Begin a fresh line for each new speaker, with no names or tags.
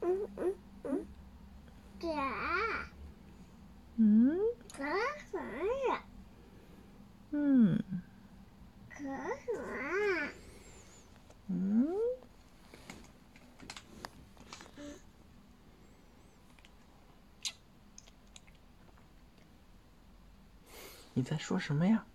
嗯嗯嗯你在说什么呀？嗯嗯